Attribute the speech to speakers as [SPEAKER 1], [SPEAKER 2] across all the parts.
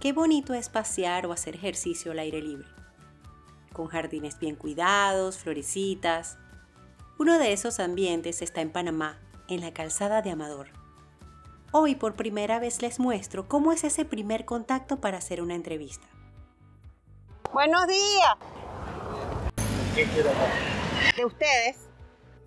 [SPEAKER 1] qué bonito es pasear o hacer ejercicio al aire libre. Con jardines bien cuidados, florecitas. Uno de esos ambientes está en Panamá, en la calzada de Amador. Hoy por primera vez les muestro cómo es ese primer contacto para hacer una entrevista.
[SPEAKER 2] Buenos días.
[SPEAKER 3] ¿Qué quiere hablar?
[SPEAKER 2] De ustedes.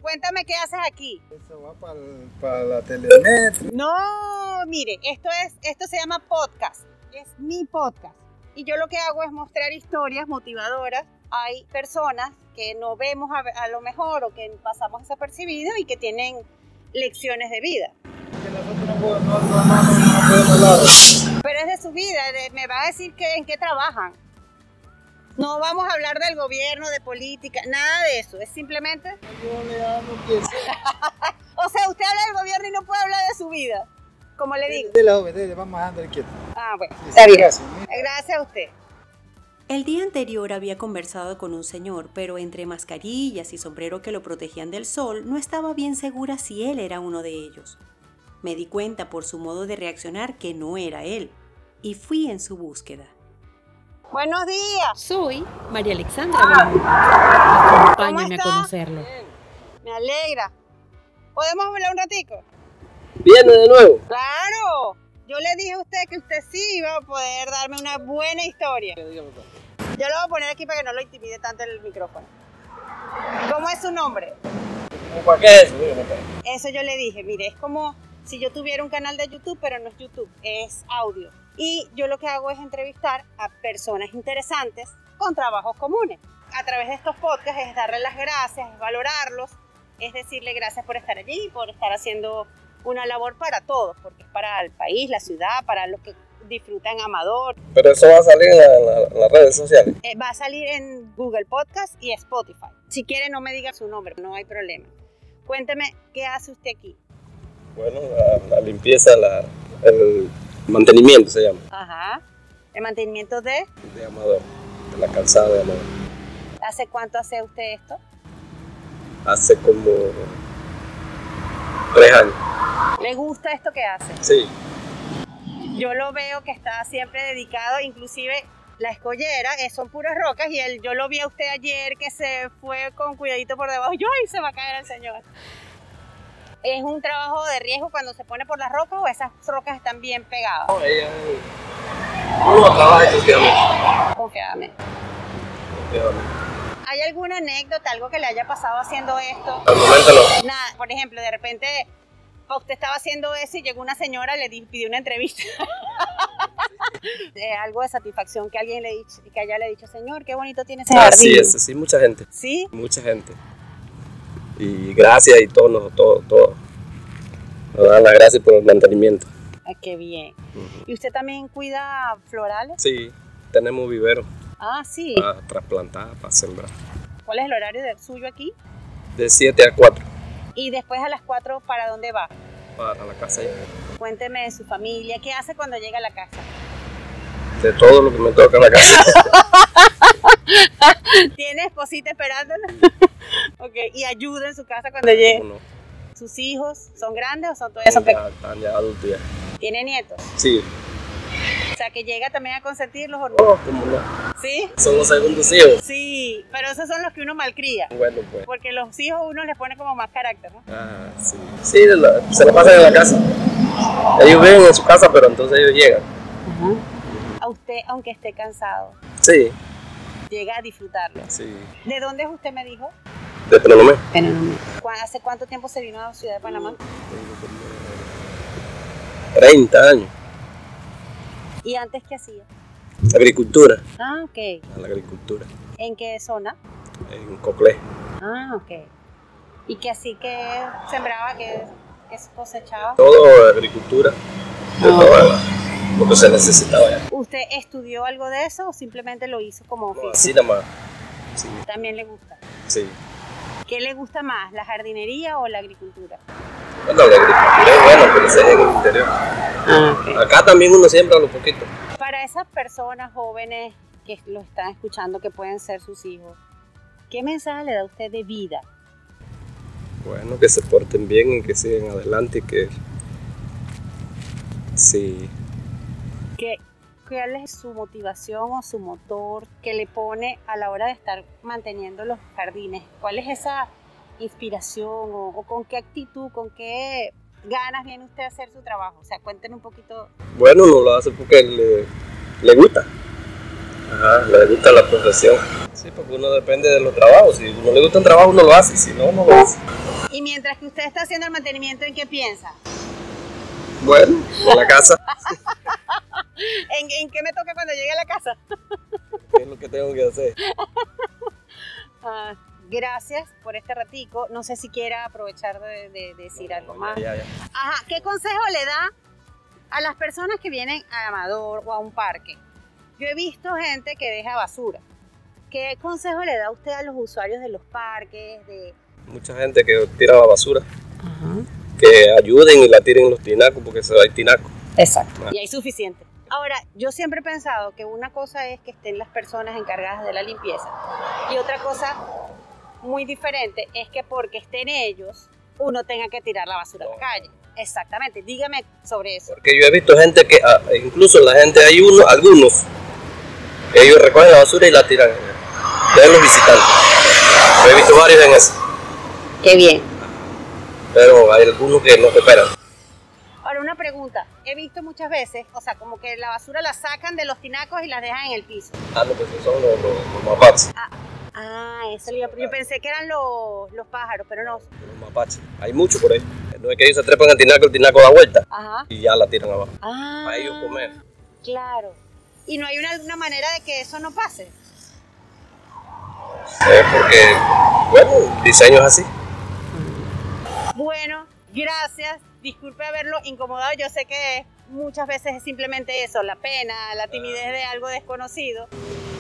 [SPEAKER 2] Cuéntame qué haces aquí.
[SPEAKER 3] Eso va para, para la telemetro.
[SPEAKER 2] No, mire, esto es, esto se llama podcast. Es mi podcast. Y yo lo que hago es mostrar historias motivadoras. Hay personas que no vemos a, a lo mejor o que pasamos desapercibidos y que tienen lecciones de vida.
[SPEAKER 3] Que nosotros no podemos, no, no, no podemos hablar.
[SPEAKER 2] Pero es de su vida, de- me va a decir que, en qué trabajan. No vamos a hablar del gobierno, de política, nada de eso. Es simplemente...
[SPEAKER 3] Yo le hablo que sí.
[SPEAKER 2] O sea, usted habla del gobierno y no puede hablar de su vida. Como le digo.
[SPEAKER 3] De la obedece, vamos a andar quieto.
[SPEAKER 2] Ah, bueno.
[SPEAKER 3] Sí,
[SPEAKER 2] Está
[SPEAKER 3] sí,
[SPEAKER 2] bien.
[SPEAKER 3] gracias, mira.
[SPEAKER 2] Gracias a usted.
[SPEAKER 1] El día anterior había conversado con un señor, pero entre mascarillas y sombrero que lo protegían del sol, no estaba bien segura si él era uno de ellos. Me di cuenta por su modo de reaccionar que no era él, y fui en su búsqueda.
[SPEAKER 2] Buenos días.
[SPEAKER 4] Soy María Alexandra Gómez. Acompáñame a
[SPEAKER 2] está?
[SPEAKER 4] conocerlo.
[SPEAKER 2] Me alegra. ¿Podemos hablar un ratico?
[SPEAKER 5] Viene de nuevo.
[SPEAKER 2] Claro. Yo le dije a usted que usted sí iba a poder darme una buena historia. Yo
[SPEAKER 5] pues.
[SPEAKER 2] lo voy a poner aquí para que no lo intimide tanto el micrófono. ¿Cómo es su nombre?
[SPEAKER 5] ¿Para qué es eso? Dígame, pues.
[SPEAKER 2] Eso yo le dije, mire, es como si yo tuviera un canal de YouTube, pero no es YouTube, es audio. Y yo lo que hago es entrevistar a personas interesantes con trabajos comunes. A través de estos podcasts es darle las gracias, es valorarlos, es decirle gracias por estar allí, por estar haciendo una labor para todos, porque es para el país, la ciudad, para los que disfrutan Amador.
[SPEAKER 5] Pero eso va a salir en, la- en las redes sociales.
[SPEAKER 2] Eh, va a salir en Google Podcast y Spotify. Si quiere, no me diga su nombre, no hay problema. Cuénteme, ¿qué hace usted aquí?
[SPEAKER 5] Bueno, la, la limpieza, la, el mantenimiento se llama.
[SPEAKER 2] Ajá. El mantenimiento de.
[SPEAKER 5] De Amador, de la calzada de Amador.
[SPEAKER 2] ¿Hace cuánto hace usted esto?
[SPEAKER 5] Hace como tres años.
[SPEAKER 2] ¿Le gusta esto que hace?
[SPEAKER 5] Sí.
[SPEAKER 2] Yo lo veo que está siempre dedicado, inclusive la escollera, eh, son puras rocas y él, yo lo vi a usted ayer que se fue con cuidadito por debajo. Yo y se va a caer el señor. ¿Es un trabajo de riesgo cuando se pone por las rocas o esas rocas están bien pegadas?
[SPEAKER 5] No, ella es... Uno trabaja exclusivamente.
[SPEAKER 2] Confiadamente.
[SPEAKER 5] Al
[SPEAKER 2] ¿Hay alguna anécdota, algo que le haya pasado haciendo esto?
[SPEAKER 5] momento no.
[SPEAKER 2] Nada, por ejemplo, de repente pa, usted estaba haciendo eso y llegó una señora y le di- pidió una entrevista. Eh, algo de satisfacción que alguien le dich- que haya le dicho, señor, qué bonito tiene ese jardín.
[SPEAKER 5] Así es, sí, mucha gente.
[SPEAKER 2] Sí,
[SPEAKER 5] Mucha gente. Y gracias y todos nos, todo, todo. Nos dan las gracias por el mantenimiento.
[SPEAKER 2] Ah, qué bien. ¿Y usted también cuida florales?
[SPEAKER 5] Sí, tenemos vivero
[SPEAKER 2] Ah, sí.
[SPEAKER 5] para trasplantar, para sembrar.
[SPEAKER 2] ¿Cuál es el horario de- suyo aquí?
[SPEAKER 5] De 7 a 4
[SPEAKER 2] Y después a las 4, ¿para dónde va?
[SPEAKER 5] para la casa. De
[SPEAKER 2] Cuénteme de su familia, ¿qué hace cuando llega a la casa?
[SPEAKER 5] todo lo que me toca en la casa.
[SPEAKER 2] ¿Tiene esposita esperándola? ok, y ayuda en su casa cuando llegue.
[SPEAKER 5] Uno,
[SPEAKER 2] ¿Sus hijos son grandes o son todavía son pequeños?
[SPEAKER 5] ya, están ya adultos ya.
[SPEAKER 2] ¿Tiene nietos?
[SPEAKER 5] Sí,
[SPEAKER 2] O sea, que llega también a consentirlos o no.
[SPEAKER 5] no, como no.
[SPEAKER 2] ¿Sí?
[SPEAKER 5] Son los segundos hijos.
[SPEAKER 2] Sí, pero esos son los que uno malcría.
[SPEAKER 5] Bueno, pues.
[SPEAKER 2] Porque los hijos uno les pone como más carácter, ¿no?
[SPEAKER 5] Ah, sí. Sí, de la- se la pasan en la casa. Ellos viven en su casa, pero entonces ellos llegan.
[SPEAKER 2] A usted, aunque esté cansado,
[SPEAKER 5] Sí,
[SPEAKER 2] llega a disfrutarlo.
[SPEAKER 5] sí.
[SPEAKER 2] ¿De dónde es usted, me dijo?
[SPEAKER 5] De Penonomé.
[SPEAKER 2] ¿Cu- ¿Hace cuánto tiempo se vino a Ciudad de Panamá?
[SPEAKER 5] 30 años.
[SPEAKER 2] ¿Y antes qué hacía?
[SPEAKER 5] Agricultura.
[SPEAKER 2] Ah, ok.
[SPEAKER 5] A la agricultura.
[SPEAKER 2] ¿En qué zona?
[SPEAKER 5] En Coclé.
[SPEAKER 2] Ah, ok. ¿Y que así que sembraba, que, que cosechaba?
[SPEAKER 5] Todo agricultura. De todo la- lo que se necesitaba ya.
[SPEAKER 2] ¿Usted estudió algo de eso o simplemente lo hizo como
[SPEAKER 5] No,
[SPEAKER 2] oficio?
[SPEAKER 5] Así nada más. Sí,
[SPEAKER 2] También le gusta.
[SPEAKER 5] sí.
[SPEAKER 2] ¿Qué le gusta más, la jardinería o la agricultura?
[SPEAKER 5] Bueno, la agricultura es buena, pero ese es en el interior. Acá también uno siembra lo poquito.
[SPEAKER 2] Para esas personas jóvenes que lo están escuchando, que pueden ser sus hijos, ¿qué mensaje le da usted de vida?
[SPEAKER 5] Bueno, que se porten bien y que sigan adelante y que... Sí,
[SPEAKER 2] Que cuál es su motivación o su motor que le pone a la hora de estar manteniendo los jardines. ¿Cuál es esa inspiración o, o con qué actitud, con qué ganas viene usted a hacer su trabajo? O sea, cuéntenos un poquito.
[SPEAKER 5] Bueno, no lo hace porque le, le gusta. Ajá, le gusta la profesión. Sí, porque uno depende de los trabajos. Si uno le gusta un trabajo, uno lo hace. Si no, no lo hace.
[SPEAKER 2] Y mientras que usted está haciendo el mantenimiento, ¿en qué piensa?
[SPEAKER 5] Bueno, en la casa.
[SPEAKER 2] ¿En, en qué me toca cuando llegue a la casa?
[SPEAKER 5] ¿Qué es lo que tengo que hacer?
[SPEAKER 2] Ah, gracias por este ratico. No sé si quiera aprovechar de, de- de decir algo más.
[SPEAKER 5] Ya, ya, ya.
[SPEAKER 2] Ajá, ¿qué consejo le da a las personas que vienen a Amador o a un parque? Yo he visto gente que deja basura. ¿Qué consejo le da usted a los usuarios de los parques? De...
[SPEAKER 5] Mucha gente que tiraba basura,
[SPEAKER 4] Ajá.
[SPEAKER 5] que ayuden y la tiren en los tinacos porque se va el tinaco.
[SPEAKER 4] Exacto.
[SPEAKER 2] Y hay suficiente. Ahora, yo siempre he pensado que una cosa es que estén las personas encargadas de la limpieza y otra cosa muy diferente es que porque estén ellos, uno tenga que tirar la basura a la calle. Exactamente, dígame sobre eso.
[SPEAKER 5] Porque yo he visto gente que, ah, incluso la gente, hay uno, algunos, ellos recogen la basura y la tiran de los visitantes. Yo he visto varios en eso,
[SPEAKER 2] Qué bien.
[SPEAKER 5] pero hay algunos que no esperan.
[SPEAKER 2] Ahora, una pregunta. He visto muchas veces, o sea, como que la basura la sacan de los tinacos y las dejan en el piso.
[SPEAKER 5] Ah, no, pues esos son los, los, los mapaches.
[SPEAKER 2] Ah, eso lo iba a- Yo pensé que eran los, los pájaros, pero no.
[SPEAKER 5] Los mapaches. Hay muchos por ahí. No es que ellos se trepan al tinaco, el tinaco da vuelta
[SPEAKER 2] Ajá.
[SPEAKER 5] y ya la tiran abajo.
[SPEAKER 2] Ah.
[SPEAKER 5] Para ellos comer.
[SPEAKER 2] Claro. Y no hay una, alguna manera de que eso no pase.
[SPEAKER 5] Es porque, bueno, el diseño es así.
[SPEAKER 2] Bueno, gracias. Disculpe haberlo incomodado. Yo sé que muchas veces es simplemente eso, la pena, la timidez de algo desconocido.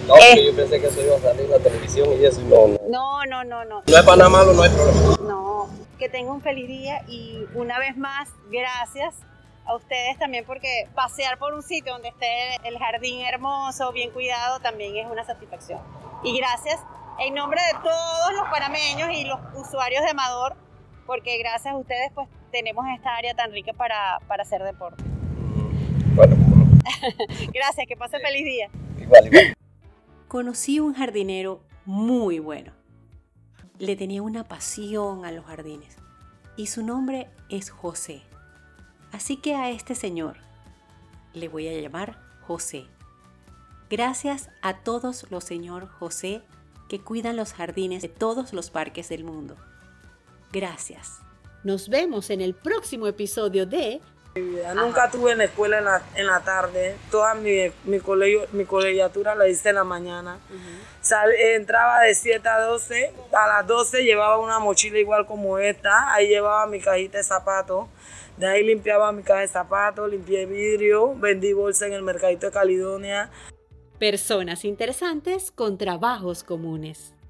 [SPEAKER 5] No, porque yo pensé que eso iba a salir en la televisión y eso. y No, no.
[SPEAKER 2] No, no, no, no.
[SPEAKER 5] No es para nada malo, no hay problema.
[SPEAKER 2] No, que tenga un feliz día y una vez más, gracias a ustedes también porque pasear por un sitio donde esté el jardín hermoso, bien cuidado, también es una satisfacción. Y gracias en nombre de todos los panameños y los usuarios de Amador, porque gracias a ustedes pues tenemos esta área tan rica para, para hacer deporte.
[SPEAKER 5] Bueno,
[SPEAKER 2] Gracias, que pase feliz día.
[SPEAKER 5] igual, igual.
[SPEAKER 1] conocí un jardinero muy bueno. Le tenía una pasión a los jardines y su nombre es José. Así que a este señor le voy a llamar José. Gracias a todos los señor José que cuidan los jardines de todos los parques del mundo. Gracias.
[SPEAKER 4] Nos vemos en el próximo episodio de
[SPEAKER 6] Ya Nunca tuve en la escuela en la, en la tarde. Toda mi, mi, colegio, mi colegiatura la hice en la mañana. Sal- entraba de 7 a 12. A las 12 llevaba una mochila igual como esta. Ahí llevaba mi cajita de zapatos. De ahí limpiaba mi caja de zapatos, limpié vidrio, vendí bolsa en el mercadito de Caledonia.
[SPEAKER 4] Personas Interesantes con Trabajos Comunes.